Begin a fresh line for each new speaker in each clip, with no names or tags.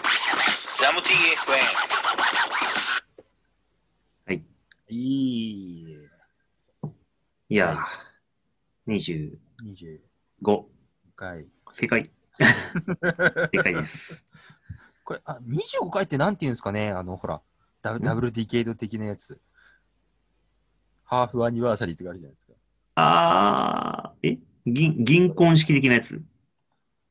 ジャム TFN。
いいね。
いやー、
25
25、
回。
正解。正解です。
これ、あ、25回ってなんていうんですかねあの、ほら、ダブ
ん
ダブルディケイド的なやつ。ハーフアニバーサリーとかあるじゃないですか。
あー、え銀、銀婚式的なやつ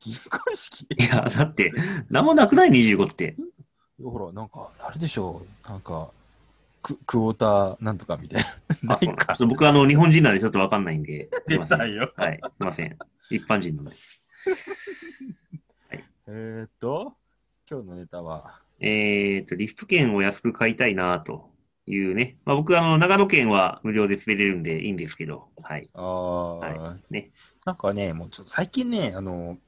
い
銀婚式
や、だって、なんもなくない ?25 って。
ほら、なんか、あれでしょなんか、ククォーターなんとかみたいな。
あ、
な
そう
い
なんで
か。
す。僕、あの、日本人なんでちょっとわかんないんで。すいません。はい、
よ。
すいません。一般人なんで。
えーっと、今日のネタは、
えーと、リフト券を安く買いたいなというね。まあ、僕、あの、長野県は無料で滑れるんでいいんですけど、はい。
ああ、
いね
なんかね、もうちょっと最近ね、あの、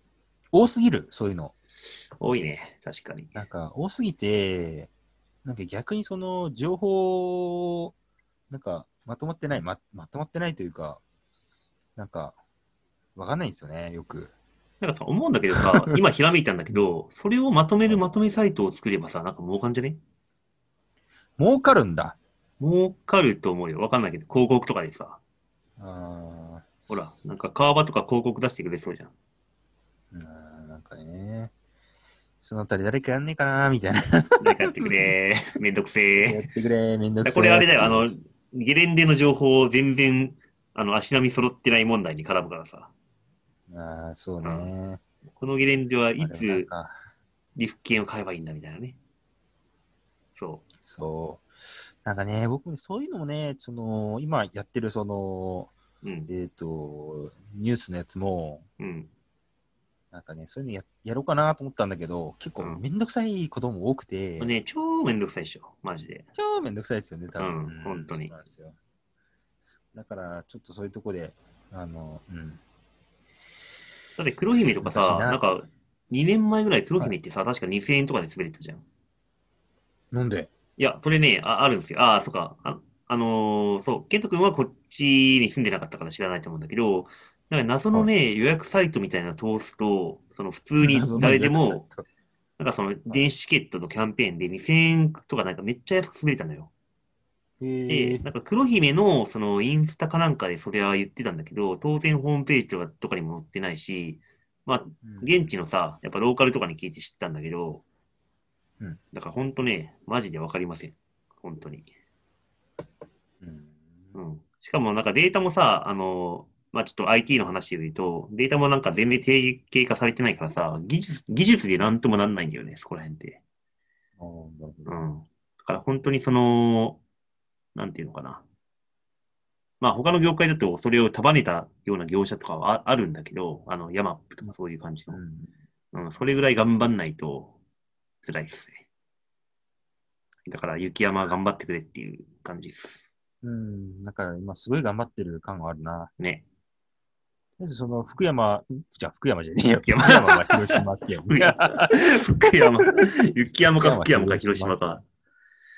多すぎる、そういうの。
多いね。確かに。
なんか、多すぎて、なんか逆にその、情報、なんか、まとまってない、ま、まとまってないというか、なんか、わかんないんですよね、よく。
なんかさ、思うんだけど さ、今ひらめいたんだけど、それをまとめるまとめサイトを作ればさ、なんか儲かんじゃね
儲かるんだ。
儲かると思うよ。わかんないけど、広告とかでさ。
ああ、
ほら、なんか川場とか広告出してくれそうじゃん。
うーんなんかね、そのあたり誰かやんねえかな、みたいな。
なんかやってくれ ー。めんどくせ
や
ー。
ってくれ、めんどくせえ
これあれだよ、あの、ゲレンデの情報を全然、あの、足並み揃ってない問題に絡むからさ。
ああ、そうね。
このゲレンデはい
あでもなん
つ
か
リフ券を買えばいいんだみたいなね。そ
そう。なんかね、僕もそういうのもね、その、今やってるその、
う。うん。
えっ、と、ニュースのやつも、
うん。
なんかね、そういうのややろうかなと思ったんだけど、結構
うん
めんどくさいことも多くて、
これね、超めんどくさいでしょ。マジで。
超めんどくさいですよね、多分。
うん本当に
そうなんですよ。だから、ちょっとそういうとこで、あの、うん。
だって黒姫とかさ、
難しいな
なんか、2年前ぐらい黒姫ってさ、確か2000円とかで滑れたじゃん。
なんで
いや、それね、ああるんですよ。ああ、そっか。あ、あのーそう、ケント君はこっちに住んでなかったから知らないと思うんだけど、なんか謎のね、予約サイトみたいなの通すと、その普通に誰でも、、なんかその電子チケットのキャンペーンで2000円とかなんかめっちゃ安く滑れたのよ。
え
で、なんか黒姫のそのインスタかなんかでそれは言ってたんだけど、当然ホームページとかとかにも載ってないし、まあ、現地のさ、やっぱローカルとかに聞いて知ったんだけど、
うん
だから本当ね、マジでわかりません。本当に。
うん
うん。しかもなんかデータもさ、あの、まあちょっと IT の話で言うと、データもなんか全然定型化されてないからさ、技術、技術でなんともなんないんだよね、そこら辺って。
あーなるほど
うん。だから本当にその、なんていうのかな。まあ他の業界だとそれを束ねたような業者とかはああるんだけど、あの、ヤマップとかそういう感じの。
うん
うん、それぐらい頑張んないと辛いですね。だから雪山頑張ってくれっていう感じです。
うん、なんか今すごい頑張ってる感があるな。
ね。
まずその福山、じゃあ福山じゃねえよ。
福山
福山は広島県。
福山福山。雪山か福山か
福山
広島か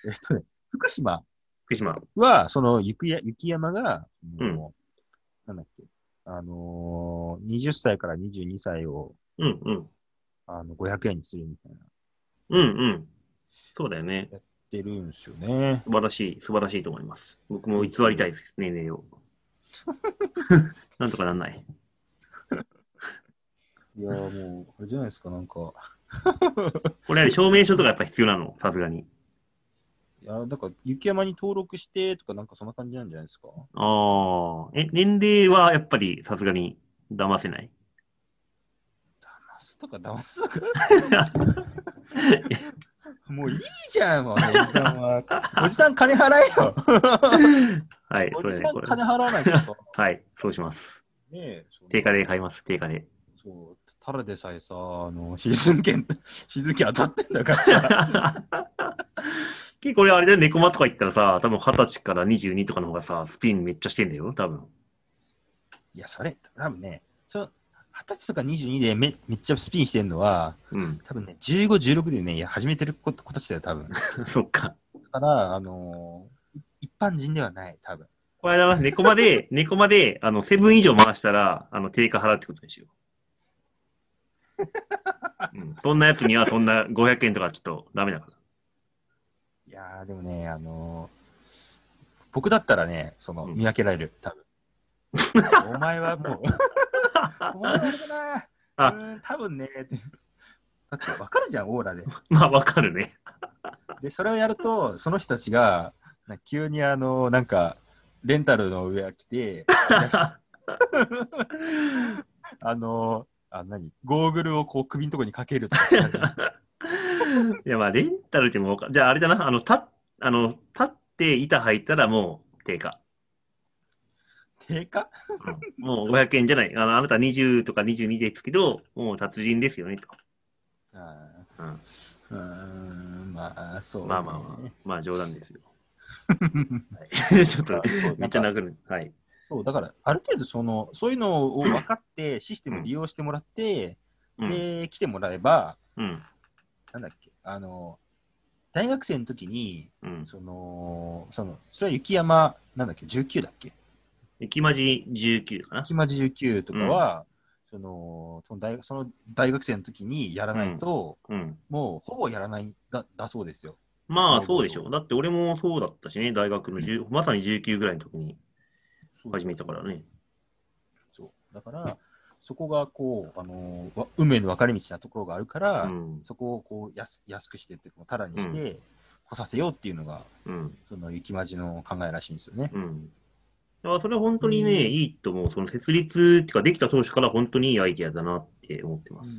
えっとね、福島
福島。
は、その雪や雪山が、
うん
もうなんだっけ、あのー、20歳から22歳を
うんうん。
あの500円にするみたいな。
うんうん。そうだよね。
出るんですよね。
素晴らしい、素晴らしいと思います。僕も偽りたいです、年齢を。 なんとかなんない。
いやーもう、あれじゃないですか、なんか。
これはね証明書とかやっぱ必要なの、さすがに。
いやーだから雪山に登録してとか、なんかそんな感じなんじゃないですか。
ああ。え、年齢はやっぱりさすがに騙せ ない。
騙すとか騙すとか。 もういいじゃん、もう、おじさんは。おじさん金払え よ。
はい、そ
お
れ
じ
ね
さん
これ
金払わないと さ。
はい、そうします。
ねえ。その
定価で買います、定価で。
そう。ただでさえさ、あの、シーズン券、 シーズン券当たってんだからさ。
結構俺あれだよ、猫間とか行ったらさ、多分二十歳から22とかの方がさ、スピンめっちゃしてんだよ、多分。
いや、それ、多分ね、その、二十歳とか22でめめっちゃスピンしてんのは、
うん、
多分ね、15、16でね、いや始めてる子子たちだよ、多分。だ
そっか。
から、あのーい一般人ではない、多分。
これだ、猫間で、猫間で、あの、セブン以上回したら、あの、定価払うってことにしようん、そんなやつにはそんな500円とかちょっとダメだから。
いやー、でもね、あのー僕だったらね、その、
うん
見分けられる、多 分。お前は もう、お前はあれだな
あ
うーん、多分ね、って。だって分かるじゃん、オーラで。
まあ、わかるね。
で、それをやると、その人たちが、なんか急にあのーなんか、レンタルの上着て、 あのーあ、何ゴーグルをこう首のとこにかけるとかし始める
いや、まあ、レンタルでもわか、じゃあ、あれだな、あの、た、あの、立って板入ったらもう定価。
低下
うんもう500円じゃない。あの、あなた20とか22ですけど、もう達人ですよね、と。
あー
うん
うーん、まあ、そう、ね。
まあまあまあ、まあ冗 談ですよ。はい ちょっと、めっちゃ殴る。はい。
そう、だから、ある程度、その、そういうのを分かって、システムを利用してもらって、
うん。
で、来てもらえば、
うん。
なんだっけ、あの、大学生の時に、
うん。
その、その、それは雪山、なんだっけ、19だっけ
雪まじ19かな。
雪まじ19とかは、その、その大その大学生の時にやらないと、
うん。
もう、ほぼやらないだ、だそうですよ。
まあ、そうでしょう。だって俺もそうだったしね、大学の10、まさに19ぐらいの時に始めたからね。
そう。だから、そこが、こう、あのわ運命の分かれ道なところがあるから、
うん。
そこをこう安安くしてっていうか、タダにして、来させようっていうのが、
うん。
その雪まじの考えらしいんですよね。
うん。だからそれ本当にね、
うん
いいと思う。その設立っていうか、できた当初から本当にいいアイディアだなって思ってます。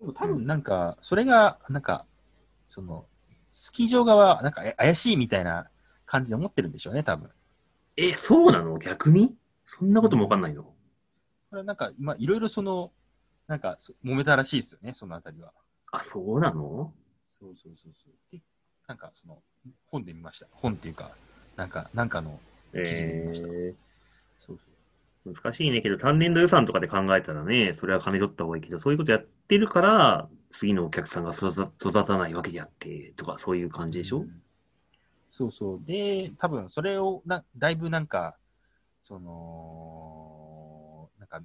でも多分なんか、それが、なんか、その、スキー場側、なんかえ怪しいみたいな感じで思ってるんでしょうね、多分。
え、そうなの逆にそんなこともわかんないの
これなんか、まあ、いろいろその、なんか、そ揉めたらしいですよね、そのあたりは。
あ、そうなの
そうそうそうそう。で、なんか、その、本で見ました。本っていうか、なんか、なんかの、
え
記事で見ました
ー
そうそう。
難しいねけど、単年度予算とかで考えたらね、それは金取った方がいいけど、そういうことやってるから、次のお客さんが育た育たないわけであって、とか、そういう感じでしょ、
うんそうそう。で、多分それをな、だいぶなんか、その、なんか、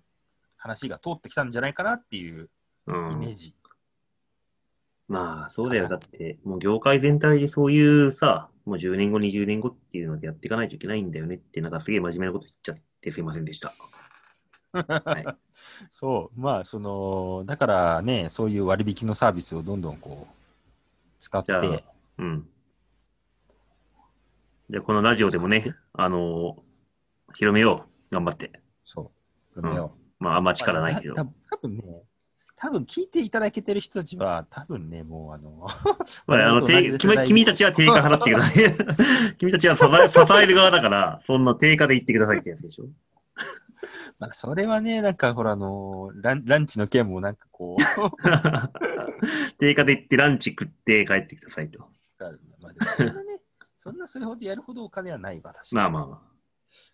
話が通ってきたんじゃないかなっていう
う
イ
ん。
メージ。
まあ、そうだよ。だって、もう業界全体でそういうさ、もう10年後、20年後っていうのでやっていかないといけないんだよねって、なんかすげえ真面目なこと言っちゃってすいませんでした。 はい。
そう。まあ、その、だからね、そういう割引のサービスをどんどんこう、使って
じゃ、あうん。じゃあ、このラジオでもね、あのー広めよう。頑張って。
そう。やめよう
まあ、あんま力ないけど。
た多分ね、多分聞いていただけてる人たちは、多分ね、もうあの、
まあ、あの、
同じ
定
世
君
代
君たちは定価払ってください。 君たちは支え支える側だから、そんな定価で言ってくださいってやつでしょ。
まあ、それはね、なんかほら、あのラン、ランチの件もなんかこ う、
定価で言ってランチ食って帰ってくださいと。
かるなまあでもそんなね、そんなそれほどやるほどお金はないわ、確かに。
まあまあま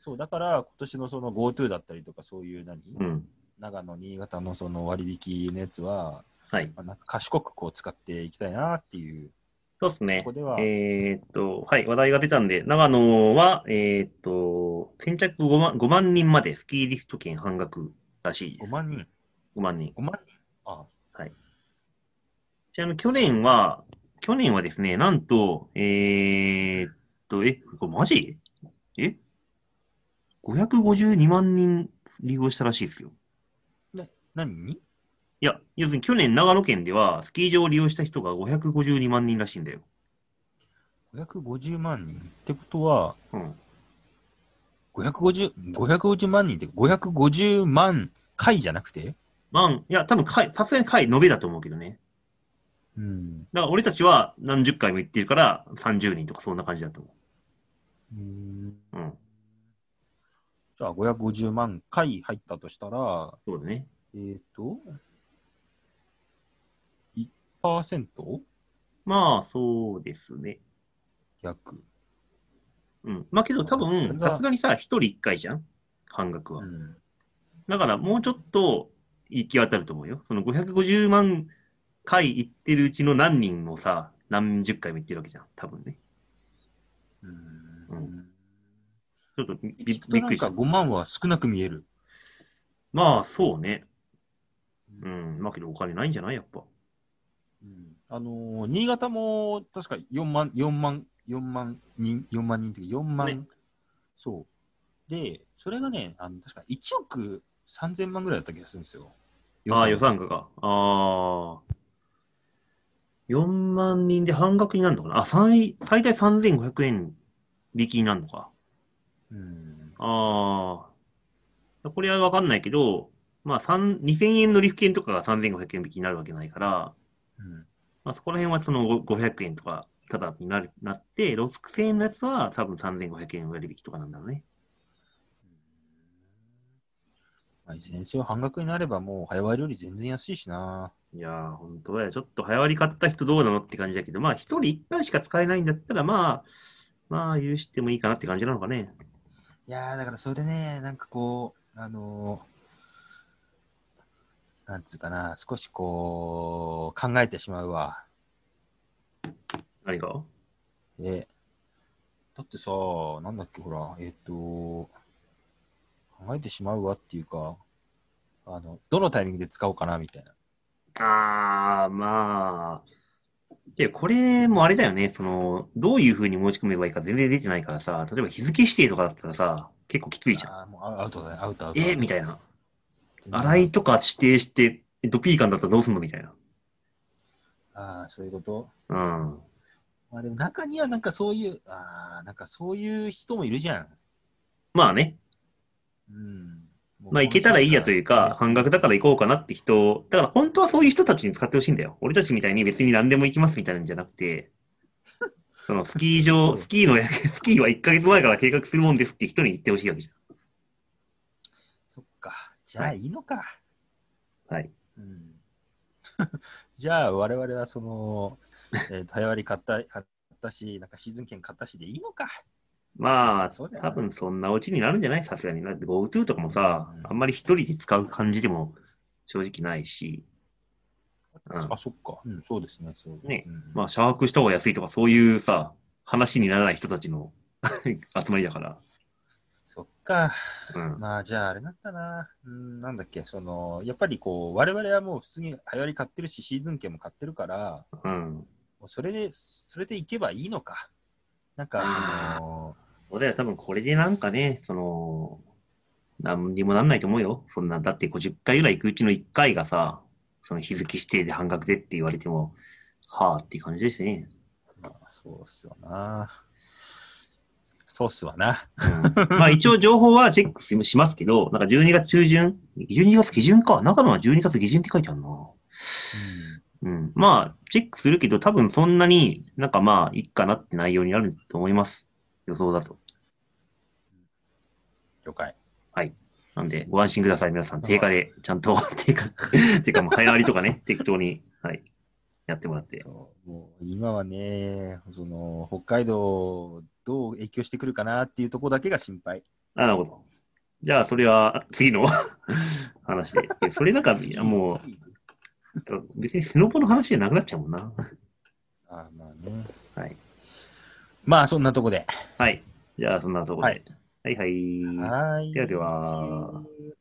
そう、だから今年のその GoTo だったりとか、そういう何、
あ。うん。
長野、新潟のその割引のやつは、
はい。
まあなんか賢くこう使っていきたいなっていう。
そうですね
ここ。では
えーっと、はい、話題が出たんで、長野は、えーっと、先着5万 ,5 万人までスキーリスト券半額らしいで
5
す。
万人。
5万人。
5万人あ、
ちなみに去年は、去年はですね、なんと、えーっと、え、これマジえ ?552 万人利用したらしいですよ。
何人
いや、要するに去年長野県では、スキー場を利用した人が552万人らしいんだよ。
?550 万人ってことは、
うん。
550、550万人って550万回じゃなくて
万、いや、多分回、さすがに回延べだと思うけどね。
うん。
だから俺たちは何十回も言ってるから30人とかそんな感じだと思
うん
う。うん。
じゃあ550万回入ったとしたら、
そうだね。
えっ、ー、と、1%
まあ、そうですね。
約。
うん。まあけど多
それ
分、
が
さすがにさ、一人一回じゃん半額は。
ん。
だからもうちょっと行き渡ると思うよ。その550万回行ってるうちの何人をさ、何十回も行ってるわけじゃん。多分ね。
うん。
ちょっとびび
き
っ
っ
く
となん
りし
か
た。
5万は少なく見える。
まあ、そうね。
うん
うん。まあけどお金ないんじゃないやっぱ。
うんあのー新潟も確か4万、4万、4万人、4万人っていうか4万、
ね
そう。で、それがね、あの確か1億3000万ぐらいだった気がするんですよ。
ああ、予算額が。ああ。4万人で半額になるのかなあ、最、最大3500円引きになるのか。
うん。
ああ。これはわかんないけど、まあ、三2000円の利付券とかが3500円引きになるわけないから、
うん。
まあ、そこら辺はそのご500円とか、ただになるなって、6000円のやつは多分3500円割引とかなんだろうね。
まあ、いずれにせよ半額になればもう早割より全然安いしない
やー、本当だよ。ちょっと早割り買った人どうなのって感じだけど、まあ、一人一回しか使えないんだったら、まあ、まあ、許してもいいかなって感じなのかね。
いやー、だからそれね、なんかこう、あのーなんつうかな、少しこう、考えてしまうわ。
何か
え、だってさ、なんだっけ、ほら、えっ、と、考えてしまうわっていうか、あの、どのタイミングで使おうかな、みたいな。
あー、まあ。で、これもあれだよね。その、どういう風に申し込めばいいか全然出てないからさ、例えば日付指定とかだったらさ、結構きついじゃん。
あーもうアアウトだね、アウトアウト。
えみたいな。
全然
洗いとか指定して、ドピー感だったらどうすんのみたいな。
ああ、そういうこと。
うん。
まあでも中にはなんかそういう、ああ、なんかそういう人もいるじゃん。
まあね。
うん。。
まあ、行けたらいいやというか、半額だからら行こうかなって人、だから本当はそういう人たちに使ってほしいんだよ。俺たちみたいに別に何でも行きますみたいなんじゃなく て、そのスキー
そう
場、スキーのや、 スキーは1ヶ月前から計画するもんですって人に言ってほしいわけじ
そっか。じゃあいいのか。
ゃん。はい。
うん。 じゃあ我々はその、えー、早割り買った、買ったし、なんかシーズン券買ったしでいいのか。
まあ、
そうだよな
多分そんなオチになるんじゃないさすがに。だって GoTo とかもさ
う、ん
あんまり一人で使う感じでも正直ないし、うん
あ、そっか。うん、そうですね。そう
ね
うん
まあ、シャワークした方が安いとかそういうさ、話にならない人たちの 集まりだから。
そっか。
うん。
まあ、じゃああれなんだな。うん、なんだっけ。その、やっぱりこう、我々はもう普通に早割り買ってるし、シーズン券も買ってるから、
うん。
もうそれで、それで行けばいいのか。なんか、
あー
その、
俺は多分これでなんかね、その、なんにもなんないと思うよ。そんな、だって50回ぐらい行くうちの1回がさ、その日付指定で半額でって言われても、はあっていう感じですね。
まあ、そうっすよな。そうっすわな。
うん、まあ一応情報はチェックししますけど、なんか12月中旬、12月下旬か、中野は12月下旬って書いてあるな。うん。まあ、チェックするけど、多分そんなになんかまあ、いっかなって内容になると思います。予想だと。
了解。
なんで、ご安心ください、皆さん。定価で、ちゃんと、 定価、てかもう早割りとかね、適当に、はい、やってもらって。
そうもう今はね、その北海道、どう影響してくるかなっていうところだけが心配。
あ、なるほど。じゃあ、それは、次の 話で。いやそれなんか、いやも
次行く
う、別にスノボの話じゃなくなっちゃうもんな。
ああまあね。
はい。
まあ、そんなとこで。
はい。じゃあ、そんなところで。はい、はい。
はい。
ではでは。
See you